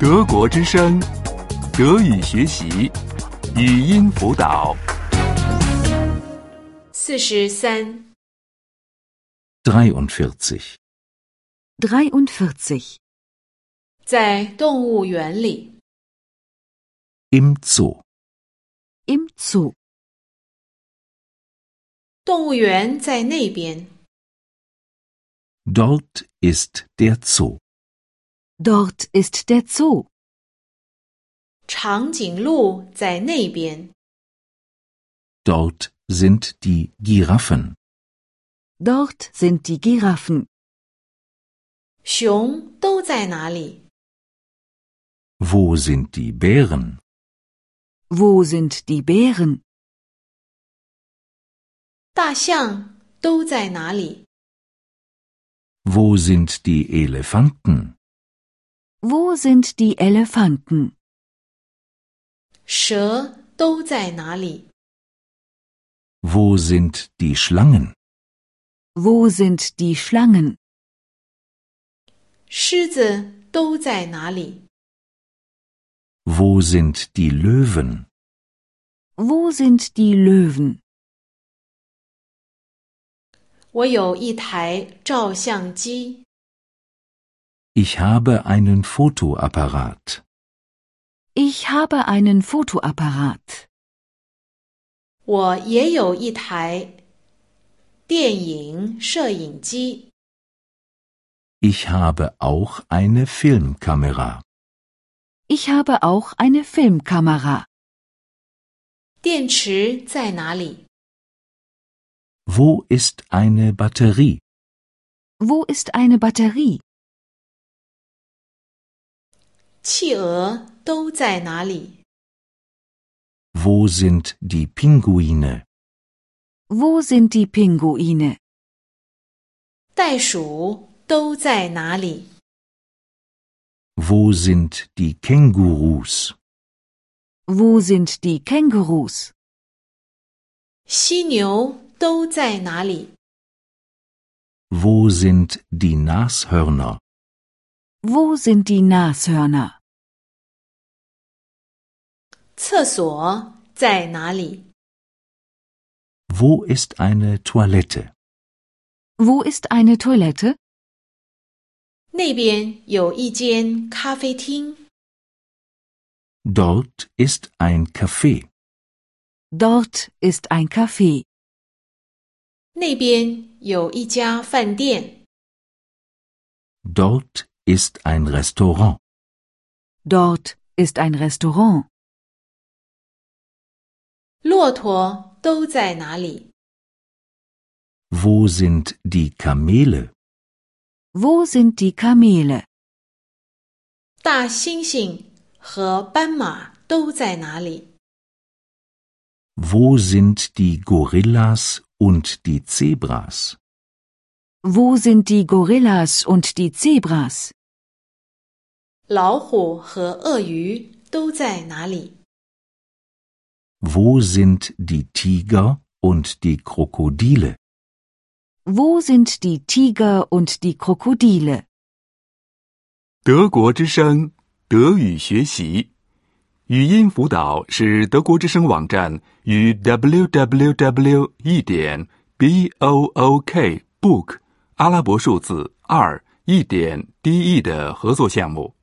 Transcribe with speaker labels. Speaker 1: 德国之声，德语学习，语音辅导。
Speaker 2: 四十三，
Speaker 3: 43.
Speaker 4: 43.
Speaker 2: 在动物园里，
Speaker 3: Im Zoo.
Speaker 4: Im Zoo.
Speaker 2: 动物园在那边，
Speaker 3: Dort ist der Zoo.
Speaker 4: Dort ist der Zoo.
Speaker 2: 长颈鹿在那边，
Speaker 3: Dort sind die Giraffen.
Speaker 4: Dort sind die Giraffen.
Speaker 2: 熊都在哪里？
Speaker 3: Wo sind die Bären?
Speaker 4: Wo sind die Bären?
Speaker 2: 大象都在哪里？
Speaker 3: Wo sind die Elefanten?
Speaker 4: Wo sind die Elefanten?
Speaker 2: 蛇都在哪里？
Speaker 3: Wo sind die Schlangen?
Speaker 4: Wo sind die Schlangen?
Speaker 2: 狮子都在哪里？
Speaker 3: Wo sind die Löwen?
Speaker 4: Wo sind die Löwen?
Speaker 2: 我有一台照相机，
Speaker 3: Ich habe einen Fotoapparat.
Speaker 4: Ich habe einen Fotoapparat.
Speaker 2: 我也有一台电影摄影机。
Speaker 3: Ich habe auch eine Filmkamera.
Speaker 4: Ich habe auch eine Filmkamera.
Speaker 2: 电池在哪里？
Speaker 3: Wo ist eine Batterie?
Speaker 4: Wo ist eine Batterie?
Speaker 2: 企鹅都在哪里？
Speaker 3: Wo sind die Pinguine?
Speaker 4: Wo sind die Pinguine?
Speaker 2: 袋鼠都在哪里？
Speaker 3: Wo sind die Kängurus?
Speaker 4: Wo sind die Kängurus?
Speaker 2: 犀牛都在哪里？
Speaker 3: Wo sind die Nashörner?
Speaker 4: Wo sind die Nashörner?
Speaker 2: 厕所在哪里？
Speaker 3: Wo ist eine Toilette?
Speaker 4: Wo ist eine Toilette?
Speaker 2: 那边有一间咖啡厅，
Speaker 3: Dort ist ein Café.
Speaker 4: Dort ist ein Café.
Speaker 2: 那边有一家饭店，
Speaker 3: Dort ist ein Restaurant.
Speaker 4: Dort ist ein Restaurant.
Speaker 2: 骆驼都在哪里？
Speaker 3: Wo sind die Kamele?
Speaker 4: Wo sind die Kamele?
Speaker 2: 大猩猩和斑马都在哪里？
Speaker 3: Wo sind die Gorillas und die Zebras?
Speaker 4: Wo sind die Gorillas und die Zebras?
Speaker 2: 老虎和鳄鱼都在哪里？
Speaker 3: Wo sind die Tiger und die Krokodile?
Speaker 4: Wo sind die Tiger und die Krokodile?
Speaker 1: 德国之声，德语学习，语音辅导是德国之声网站与 www. 一点 b o o k book 阿拉伯数字二一点 d e 的合作项目。